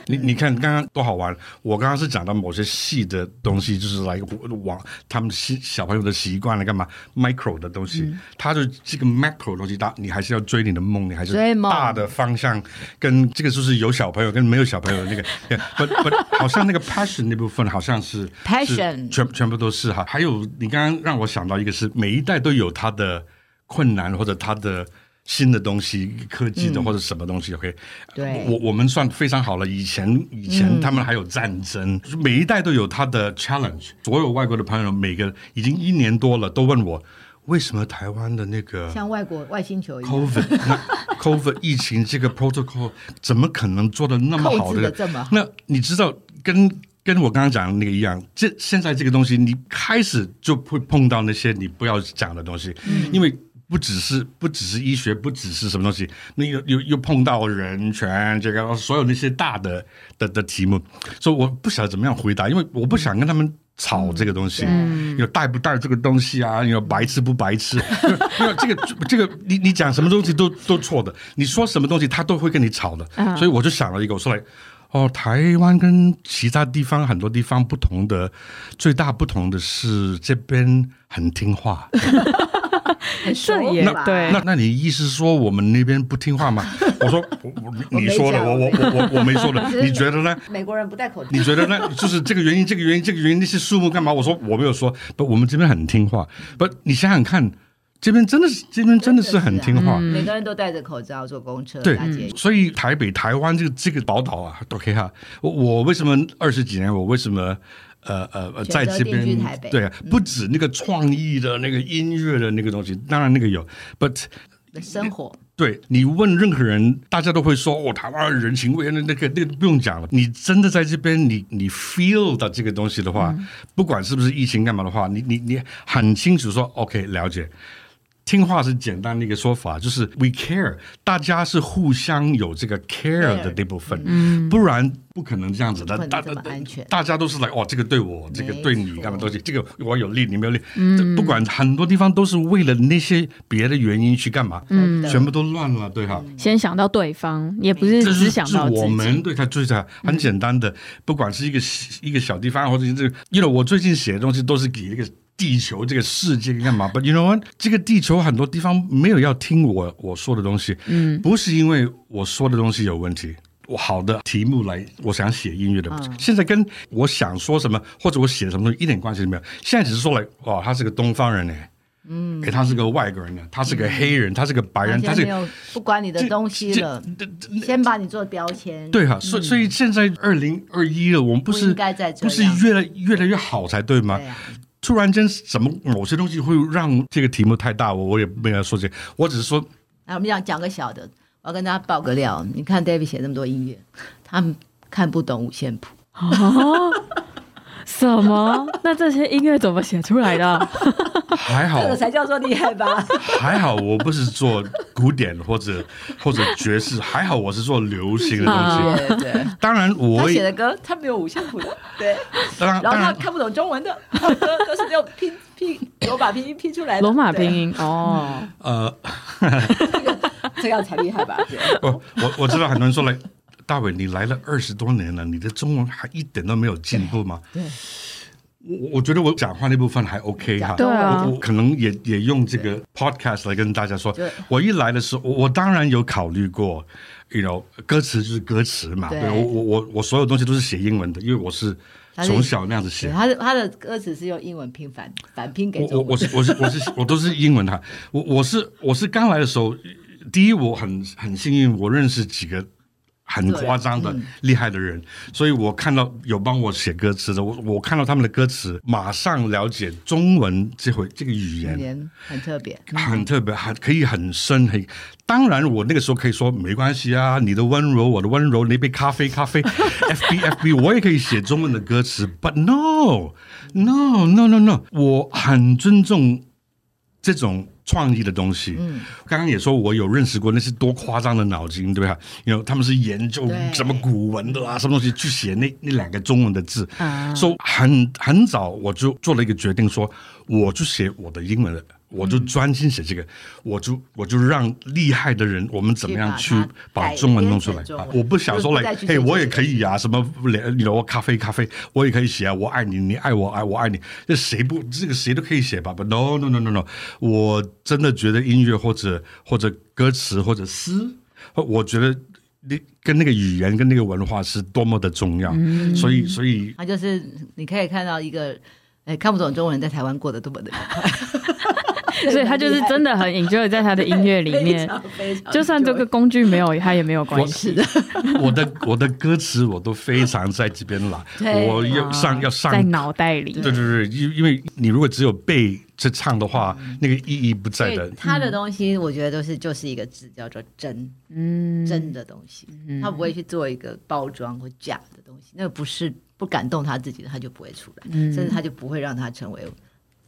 Speaker 1: 你你看刚刚多好玩！我刚刚是讲到某些细的东西，就是来往他们习小朋友的习惯来干嘛？micro 的东西，
Speaker 3: 嗯
Speaker 1: 他的这个 macro 的东西，大你还是要追你的梦，你还是
Speaker 3: 追梦
Speaker 1: 大的方向跟这个就是有小朋友跟没有小朋友的那个 yeah,，but but 好像那个 passion 那部分好像是
Speaker 3: Passion
Speaker 1: 是全全部都是哈。还有你刚刚让我想到一个是每一代都有他的困难或者他的。新的东西，科技的或者什么东西、o k
Speaker 3: 嗯对
Speaker 1: 我我们算非常好了。以前以前他们还有战争，每一代都有他的 challenge。所有外国的朋友，每个已经一年多了，都问我为什么台湾的那个
Speaker 3: 像外国外星球一样。
Speaker 1: COVID 那 COVID 疫情这个 protocol 怎么可能做的那么好
Speaker 3: 控制
Speaker 1: 的？
Speaker 3: 得这么好
Speaker 1: 那你知道跟跟我刚刚讲的那个一样，这现在这个东西，你开始就会碰到那些你不要讲的东西，
Speaker 3: 嗯
Speaker 1: 因为不只是不只是医学，不只是什么东西，那又又又碰到人权这个哦所有那些大的的的题目，所以我不晓得怎么样回答，因为我不想跟他们。吵这个东西，
Speaker 3: 嗯
Speaker 1: 有带不带这个东西啊？有白痴不白痴？ 没有这个这个，你你讲什么东西都都错的，你说什么东西他都会跟你吵的。
Speaker 2: 嗯
Speaker 1: 所以我就想了一个，我说来，哦，台湾跟其他地方很多地方不同的，最大不同的是这边很听话。
Speaker 3: 很熟
Speaker 2: 这也
Speaker 3: 吧
Speaker 2: 对
Speaker 1: 那那你意思是说我们那边不听话吗？我说我我你
Speaker 3: 我
Speaker 1: 你
Speaker 3: 没
Speaker 1: 说的，
Speaker 3: 讲
Speaker 1: 我我我我我没说 的，你觉得呢？
Speaker 3: 美国人不戴口罩，
Speaker 1: 你觉得呢？ 就是这个原因，这个原因，这个原因，那些数目干嘛？我说我没有说，不，我们这边很听话。不，你想想看，这边真的是，这边真的是
Speaker 3: 啊
Speaker 1: 很听话。
Speaker 3: 每个人都戴着口罩坐公车、
Speaker 1: 嗯对
Speaker 3: 搭捷运，
Speaker 1: 所以台北、台湾这个这个宝岛啊，OK 哈、我我为什么二十几年，我为什么呃呃呃在
Speaker 3: 选择
Speaker 1: 这边
Speaker 3: 定居台北嗯
Speaker 1: 对啊，不止那个创意的那个音乐的那个东西，当然那个有，but
Speaker 3: 生活
Speaker 1: 对你问任何人，大家都会说哦，台湾人情味，那那个那个不用讲了。你真的在这边，你你 feel 到这个东西的话，
Speaker 3: 嗯
Speaker 1: 不管是不是疫情干嘛的话，你你你很清楚说 OK 了解。听话是简单的一个说法，就是 we care，大家是互相有这个 care
Speaker 3: Care
Speaker 1: 的这部分，嗯、不然不可能这样子的
Speaker 3: 不可。能
Speaker 1: 大
Speaker 3: 这么安全
Speaker 1: 大家都是来哦，这个对我，这个对你
Speaker 3: 错嗯
Speaker 1: 干嘛东西，这个我有利，你没有利。这不管很多地方都是为了那些别的原因去干嘛，
Speaker 3: 嗯
Speaker 1: 全部都乱了，对哈。
Speaker 2: 先想到对方，也不是
Speaker 1: 这
Speaker 2: 只
Speaker 1: 是
Speaker 2: 想
Speaker 1: 是
Speaker 2: 到自己。
Speaker 1: 我们对他追他
Speaker 3: 嗯
Speaker 1: 很简单的，不管是一个一个小地方，或者是这个，因为我最近写的东西都是给这个地球、这个世界干嘛？But you know what？这个地球很多地方没有要听我我说的东西，嗯，不是因为我说的东西有问题。我好的题目来，我想写音乐的，
Speaker 3: 嗯
Speaker 1: 现在跟我想说什么或者我写什么东西一点关系都没有。现在只是说来，哇，他是个东方人呢，嗯，他是个外国人呢，他是个黑人，他是个白人，
Speaker 3: 嗯完
Speaker 1: 他是
Speaker 3: 全没
Speaker 1: 个
Speaker 3: 有不管你的
Speaker 1: 这
Speaker 3: 东西
Speaker 1: 这
Speaker 3: 了，
Speaker 1: 这这
Speaker 3: 先把你做标签。
Speaker 1: 对啊，所以所以现在二零二一了，我们不是
Speaker 3: 嗯不应该再这
Speaker 1: 不是
Speaker 3: 样
Speaker 1: 越来越来越好才对吗？
Speaker 3: 对啊，
Speaker 1: 突然间，怎么某些东西会让这个题目太大？我我也没有说这个，我只是 说
Speaker 3: 啊那我们讲讲个小的，我要跟大家爆个料。你看 David 写那么多音乐，他们看不懂五线谱，
Speaker 2: 哦， 什么？那这些音乐怎么写出来的？
Speaker 1: 还好
Speaker 3: 这个才叫做厉害吧？
Speaker 1: 还好，我不是做古典或者或者爵士，还好我是做流行的东
Speaker 2: 啊
Speaker 1: 西。
Speaker 3: 对对，
Speaker 1: 当然
Speaker 3: 嗯他
Speaker 1: 我
Speaker 3: 写的
Speaker 1: 也
Speaker 3: 歌他没有五线谱的，对，
Speaker 1: 当然
Speaker 3: 嗯然后
Speaker 1: 当
Speaker 3: 他
Speaker 1: 然
Speaker 3: 看不懂中文的， 他的歌都是用拼拼罗马拼音拼出来的，
Speaker 2: 罗马拼
Speaker 3: 对，
Speaker 2: 音 哦，
Speaker 1: 呃，
Speaker 3: 啊这样才厉害吧？对
Speaker 1: 我我我知道很多人说来，大伟，你来了二十多年了，你的中文还一点都没有进步吗？
Speaker 3: 对
Speaker 1: 我我觉得我讲话那部分还 OK 哈，
Speaker 2: 对啊
Speaker 1: 我我可能也也用这个 podcast 来跟大家说
Speaker 3: 对，
Speaker 1: 我一来的时候，我我当然有考虑过，you know，歌词就是歌词嘛，
Speaker 3: 对
Speaker 1: 我我我我所有东西都是写英文的，因为我是
Speaker 3: 他是
Speaker 1: 从小那样子写
Speaker 3: 对，，他的他的歌词是用英文拼反反拼给
Speaker 1: 我我
Speaker 3: 中
Speaker 1: 我
Speaker 3: 文，
Speaker 1: 是我是我是我都是英文的，我我是我是刚来的时候，第一我很很幸运，我认识几个很夸张的、厉害的人，所以我看到有帮我写歌词的，我我看到他们的歌词，马上了解中文这回这个语言。
Speaker 3: 语言很特别，
Speaker 1: 很特别，很可以很深很。当然，我那个时候可以说没关系啊，你的温柔，我的温柔，那杯咖啡，咖啡 ，F B F B，我也可以写中文的歌词。But no no no no no，我很尊重这种创意的东西。刚刚也说我有认识过那是多夸张的脑筋，对吧？因为他们是研究
Speaker 3: 对
Speaker 1: 什么古文的啊，什么东西去写那那两个中文的字。
Speaker 3: 啊
Speaker 1: 所以很很早我就做了一个决定说，我就写我的英文了。我就专心写这
Speaker 3: 嗯
Speaker 1: 个，我就我就让厉害的人，我们怎么样去
Speaker 3: 去把它
Speaker 1: 把中文弄出来
Speaker 3: 改编成
Speaker 1: 啊
Speaker 3: 中？文
Speaker 1: 我不想说
Speaker 3: 就
Speaker 1: 来
Speaker 3: 是不再，去
Speaker 1: 嘿，
Speaker 3: 写
Speaker 1: 我
Speaker 3: 这
Speaker 1: 也
Speaker 3: 个
Speaker 1: 可以啊，什么连你我咖啡咖啡，我也可以写啊，我爱你，你爱我，爱我爱你，这谁不这个谁都可以写吧？不，no no no no no，我真的觉得音乐或者或者歌词或者诗，呃我觉得那跟那个语言跟那个文化是多么的重要，所以所以
Speaker 3: 他就是你可以看到一个。哎，看不懂中文在台湾过得多么的愉快，
Speaker 2: 所以他就是真的很 enjoy 在他的 音乐里面。
Speaker 3: 非常
Speaker 2: 就算这个工具没有，他也没有关系。
Speaker 3: 是的，
Speaker 1: 我的我的歌词我都非常在这边来，
Speaker 3: 对
Speaker 1: 我要上
Speaker 2: 啊
Speaker 1: 要上
Speaker 2: 在脑袋里，
Speaker 1: 对对对，因因为你如果只有背着唱的话，那个意义不在
Speaker 2: 嗯
Speaker 1: 的。
Speaker 3: 他的东西，我觉得都是就是一个字叫做真，
Speaker 2: 嗯，
Speaker 3: 真的东西，他不会去做一个包装或假的东西，那个不是不感动他自己的，他就不会出来，
Speaker 2: 嗯
Speaker 3: 甚
Speaker 1: 嗯
Speaker 3: 至他就不会让他成为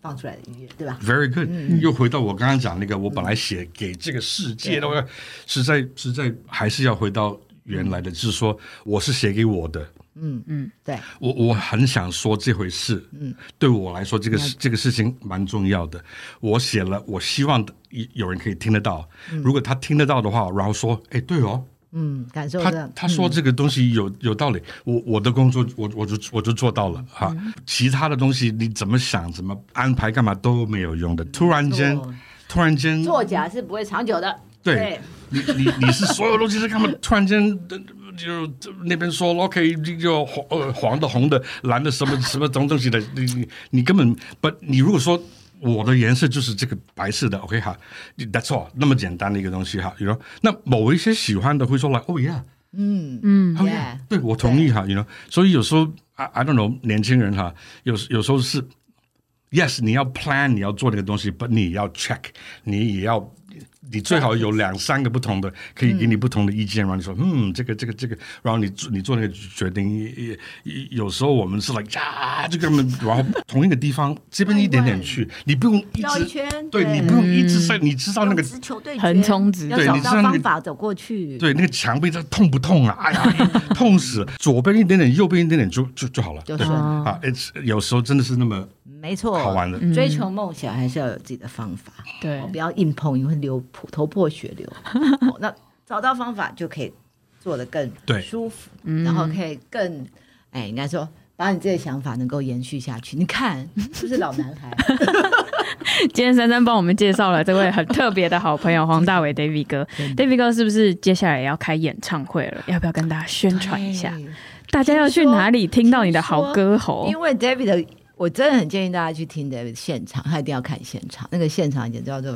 Speaker 3: 放出来的音乐，对吧？
Speaker 1: Very good，、又回到我刚刚讲那个，我本来写给这个世界的，我实在实在还是要回到原来的，就是说我是写给我的，
Speaker 3: 嗯嗯，对，
Speaker 1: 我我很想说这回事，嗯，对我来说这个事这个事情蛮重要的。我写了，我希望有有人可以听得到。如果他听得到的话，然后说，哎，对哦，
Speaker 3: 嗯，感受
Speaker 1: 他
Speaker 3: 到
Speaker 1: 他说这个东西有有道理，我我的工作我我就我就做到了哈、
Speaker 3: 嗯
Speaker 1: 其他的东西你怎么想怎么安排干嘛都没有用的。突然间
Speaker 3: 没错，
Speaker 1: 突然间，
Speaker 3: 作假是不会长久的，
Speaker 1: 对你你你是所有东西是干嘛？突然间呃就就那边说 OK 就就黄呃黄的红的蓝的什么什么东东西的，你你你根本不你如果说。我的颜色就是这个白色的，OK 哈，That's all，那么简单的一个东西哈，you know，那某一些喜欢的会说来，哦 yeah，
Speaker 3: 嗯，
Speaker 2: 嗯
Speaker 1: 哦
Speaker 3: Yeah
Speaker 1: 对我同意哈，you know，所以有时候 I I don't know 年轻人哈，有有时候是 yes 你要 plan 你要做那个东西，but 你也要 check，你也要你最好有两三个不同的可
Speaker 3: 嗯
Speaker 1: 以给你不同的意见，然后你说嗯这个这个这个，然后你做你做那个决定，也也有时候我们是 like 呀这个人，然后同一个地方这边一点点去，你不用一
Speaker 3: 绕
Speaker 1: 直
Speaker 3: 一圈嗯
Speaker 1: 对
Speaker 3: 对
Speaker 1: 你不用一直在，你知道那个
Speaker 3: 直球对决
Speaker 2: 横冲直
Speaker 3: 要
Speaker 1: 对
Speaker 3: 找
Speaker 1: 你
Speaker 3: 到
Speaker 1: 知道那个
Speaker 3: 方法走过去，
Speaker 1: 对，那个墙壁它痛不痛啊？哎 呀，痛死！左边一点点，右边一点点就就就好了。
Speaker 3: 就
Speaker 1: 对
Speaker 3: 是
Speaker 1: 啊，it's 有时候真的是那 么
Speaker 3: 没错，
Speaker 1: 好玩的。嗯
Speaker 3: 追求梦想还是要有自己的方法，
Speaker 2: 对
Speaker 3: 哦不要硬碰，你会流破头破 血流。哦那找到方法就可以做得更
Speaker 1: 对嗯
Speaker 3: 舒服，然后可以更哎，应该说把你自己的想法能够延续下去。你看，是不是老男孩？
Speaker 2: 今天珊珊帮我们介绍了这位很特别的好朋友黄大伟 David 哥，David 哥是不是接下来也要开演唱会了？要不要跟大家宣传一
Speaker 3: 哎
Speaker 2: 下？大家要去哪里听到你的好歌
Speaker 3: 对，
Speaker 2: 喉
Speaker 3: 因？为 David 的，我真的很建议大家去听 David 现场，他一定要看现场，那个现场也叫做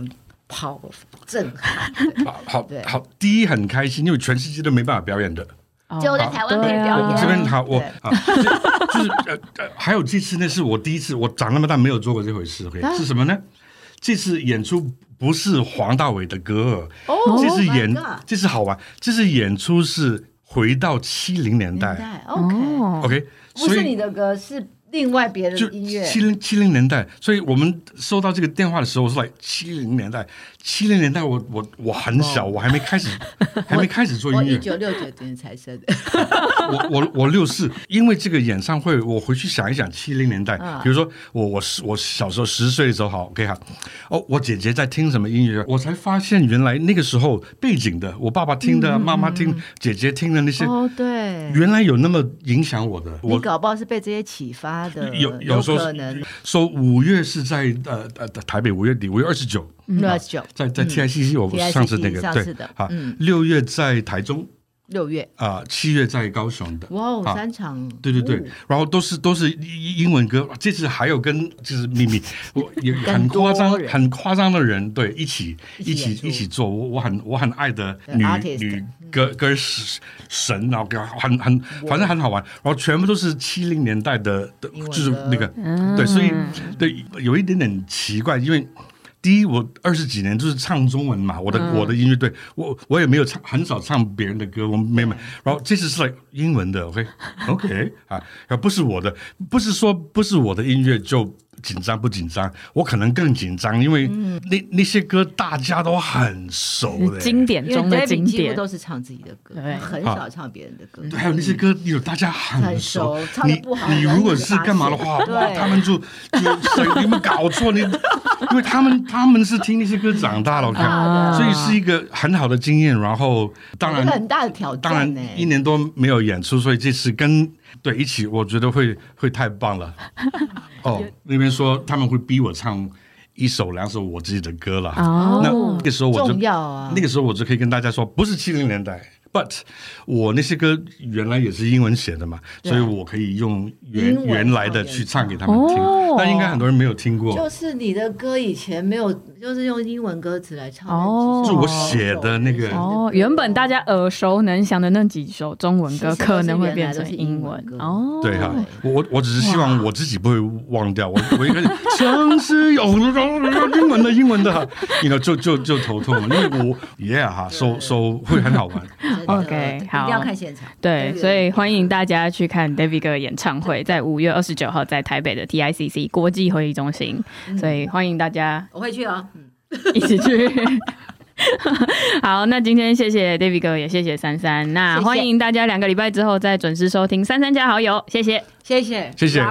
Speaker 3: powerful 震撼。
Speaker 1: 好好
Speaker 3: 对
Speaker 1: 好，第一很开心，因为全世界都没办法表演的。
Speaker 2: 哦
Speaker 3: 只有在台湾可以
Speaker 2: 对啊
Speaker 3: 表演
Speaker 1: 我这边好，我
Speaker 3: 对
Speaker 1: 啊，就就是呃呃，还有这次那是我第一次，我长那么大没有做过这回事。OK，是
Speaker 3: 啊
Speaker 1: 什么呢？这次演出不是黄大炜的歌，
Speaker 3: 哦
Speaker 1: 这次
Speaker 3: my
Speaker 1: 演
Speaker 3: God，
Speaker 1: 这次好玩，这次演出是回到七零年
Speaker 3: 年
Speaker 1: 代。
Speaker 3: 代 OK，
Speaker 2: 哦，
Speaker 1: OK，
Speaker 3: 不
Speaker 1: 所以
Speaker 3: 是你的歌，是另外别人
Speaker 1: 就
Speaker 3: 的音乐。
Speaker 1: 七零七零年代，所以我们收到这个电话的时候，我说来七零年代，七零年代我我我很小，我还没开 始，还没开始做
Speaker 3: 哦我
Speaker 1: 音
Speaker 3: 哦 一
Speaker 1: 乐，
Speaker 3: 九六九年才生 的，
Speaker 1: 我我我六四，因为这个演唱会，我回去想一想七零年代，
Speaker 3: 嗯
Speaker 1: 比如说我我十我小时候十岁的时候，好 OK 哈，哦，我姐姐在听什么音乐，我才发现原来那个时候背景的，我爸爸听的，妈妈听，姐姐听的那些，
Speaker 3: 嗯哦，对，
Speaker 1: 原来有那么影响我的，
Speaker 3: 你
Speaker 1: 我
Speaker 3: 搞不好是被这些启发的，
Speaker 1: 有有时候
Speaker 3: 呃
Speaker 1: 嗯
Speaker 3: 可能
Speaker 1: 说五月是在呃呃台北五月底五月二十九。
Speaker 2: 嗯
Speaker 3: 六九
Speaker 1: 在在 TICC，我
Speaker 3: TICC
Speaker 1: 上次那个
Speaker 3: 上次
Speaker 1: 对
Speaker 3: 的，嗯
Speaker 1: 好，六月在台中
Speaker 3: 六月，
Speaker 1: 啊，七月在高雄的，
Speaker 3: 哇哦，
Speaker 1: 啊
Speaker 3: 三场，
Speaker 1: 对对
Speaker 3: 哦
Speaker 1: 对，然后都是都是英英文歌，这次还有跟就是秘密， 我也
Speaker 3: 更
Speaker 1: 很夸张
Speaker 3: 多人
Speaker 1: 很夸张的人，对，一起
Speaker 3: 一
Speaker 1: 一
Speaker 3: 起
Speaker 1: 起
Speaker 3: 演出
Speaker 1: 一起做，我我很我很爱的
Speaker 3: 对
Speaker 1: 女
Speaker 3: artist
Speaker 1: 女歌歌神，然后跟很很反正很好玩，然后全部都是七零年代的，的
Speaker 3: 英文歌
Speaker 1: 就是那个对，所以对有一点点奇怪，因为。第一，我二十几年就是唱中文嘛，我的、
Speaker 3: 嗯
Speaker 1: 我的音乐队，我我也没有唱，很少唱别人的歌，我没买。然后这次是 like 英文的，OK OK 啊，啊不是我的，不是说不是我的音乐就紧张不紧张，我可能更紧张，因为
Speaker 3: 嗯
Speaker 1: 那、那些歌大家都很熟的，
Speaker 2: 经典
Speaker 3: 因为
Speaker 2: 中的
Speaker 3: David
Speaker 2: 经
Speaker 3: 几乎
Speaker 2: 典，
Speaker 3: 都是唱自己的歌，
Speaker 2: 对
Speaker 3: 很少唱别人的歌，
Speaker 1: 对，还有那些歌有大家很
Speaker 3: 很熟唱得
Speaker 1: 你
Speaker 3: 不好
Speaker 1: 你
Speaker 3: 然后
Speaker 1: 如果
Speaker 3: 你就是发
Speaker 1: 干嘛的
Speaker 3: 现
Speaker 1: 话，
Speaker 3: 对
Speaker 1: 哇，他们就就谁你们搞错你，因为他们他们是听那些歌长大了，我看，
Speaker 2: 啊
Speaker 1: 所以是一个很好的经验。然后当
Speaker 3: 这个
Speaker 1: 然
Speaker 3: 很大的挑
Speaker 1: 当
Speaker 3: 战欸呢
Speaker 1: 然。一年多没有演出，所以这次跟对一起，我觉得会会太棒 了。哦，那边说他们会逼我唱一首两首我自己的歌了，
Speaker 2: 哦
Speaker 1: 那那个时候我就
Speaker 3: 重要啊
Speaker 1: 那个时候我就可以跟大家说，不是七零年代。But 我那些歌原来也是英文写的嘛，所以我可以用原
Speaker 3: 啊英文
Speaker 1: 原来的
Speaker 3: 唱
Speaker 1: 去唱给他们听。
Speaker 2: 哦，
Speaker 1: 那应该很多人没有听过，
Speaker 3: 就是你的歌以前没有，就是用英文歌词来唱的，
Speaker 2: 哦
Speaker 3: 只
Speaker 2: 是我
Speaker 1: 写的那个
Speaker 2: 哦，原本大家耳熟能详的那几首中文歌，
Speaker 3: 是是
Speaker 2: 可能会变成英
Speaker 3: 都是原来都是英文歌
Speaker 2: 哦。
Speaker 1: 对哈、我我我只是希望我自己不会忘掉，我我一个像是有英文的英文的，你呢就就就头痛了，因为我 yeah 哈，收收会很好玩，
Speaker 3: 真的
Speaker 2: 哦 OK，
Speaker 3: 一定
Speaker 2: 好
Speaker 3: 要看现场。
Speaker 2: 对，所以欢迎
Speaker 3: 大。
Speaker 2: 大家去看 David 哥的演唱会，在五月二十九号在台北的 TICC 国际会议中心，
Speaker 3: 嗯
Speaker 2: 所以欢迎大家
Speaker 3: 我会去哦。嗯
Speaker 2: 一起去。好，那今天谢谢 David 哥，也谢谢珊珊。那
Speaker 3: 谢谢
Speaker 2: 欢迎大家两个礼拜之后再准时收听《珊珊加好友》，谢谢
Speaker 3: 谢谢，
Speaker 1: 谢谢，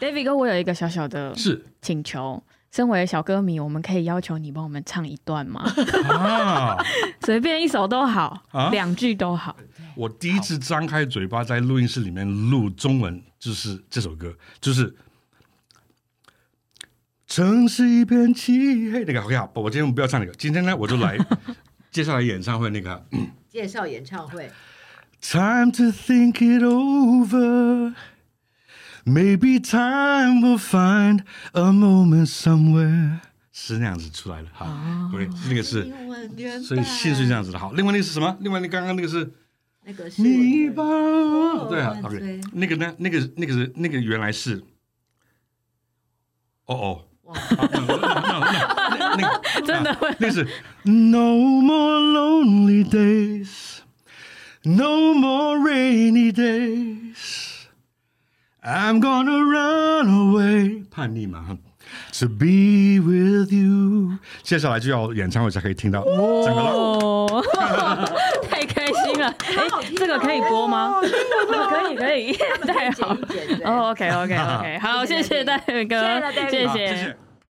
Speaker 2: David 哥。我有一个小小的
Speaker 1: 是
Speaker 2: 请求，身为小歌迷，我们可以要求你帮我们唱一段 吗？
Speaker 1: 啊，
Speaker 2: 随便一首都好
Speaker 1: 啊，
Speaker 2: 两、句都好。
Speaker 1: 我第一次张开嘴巴在录音室里面录中文，就是这首歌，就是。城市一片漆黑，那个 OK 好，我今天不要唱那个，今天呢我就来接下来演唱会那个，
Speaker 3: 介绍演唱会，
Speaker 1: Time to think it over. Maybe time will find a moment somewhere. 是那样子出来的哈，对、那个是，
Speaker 3: 英文原版
Speaker 1: 所以信是这样子的。好，另外那个是什么？另外那刚刚那个是
Speaker 3: 那个是
Speaker 1: 你
Speaker 3: 我
Speaker 1: 把
Speaker 3: 的
Speaker 1: 我对啊
Speaker 3: 我
Speaker 1: ，OK，
Speaker 3: 追
Speaker 1: 那个呢？那个那个是那个原来是，哦哦，
Speaker 3: 哇
Speaker 1: 啊那那那那那个。
Speaker 2: 真的会
Speaker 1: 那是 No more lonely days, no more rainy days. I'm gonna run away，叛逆嘛，to be with you。接下来就要演唱会才可以听到整个了。
Speaker 2: 哦， 太开心了！哎、这个可以播吗？哦可以可 以，太好
Speaker 3: 剪一剪 对
Speaker 2: 哦，OK，OK，OK，好，谢谢戴哥
Speaker 3: 谢谢戴，
Speaker 2: 谢
Speaker 1: 好谢谢。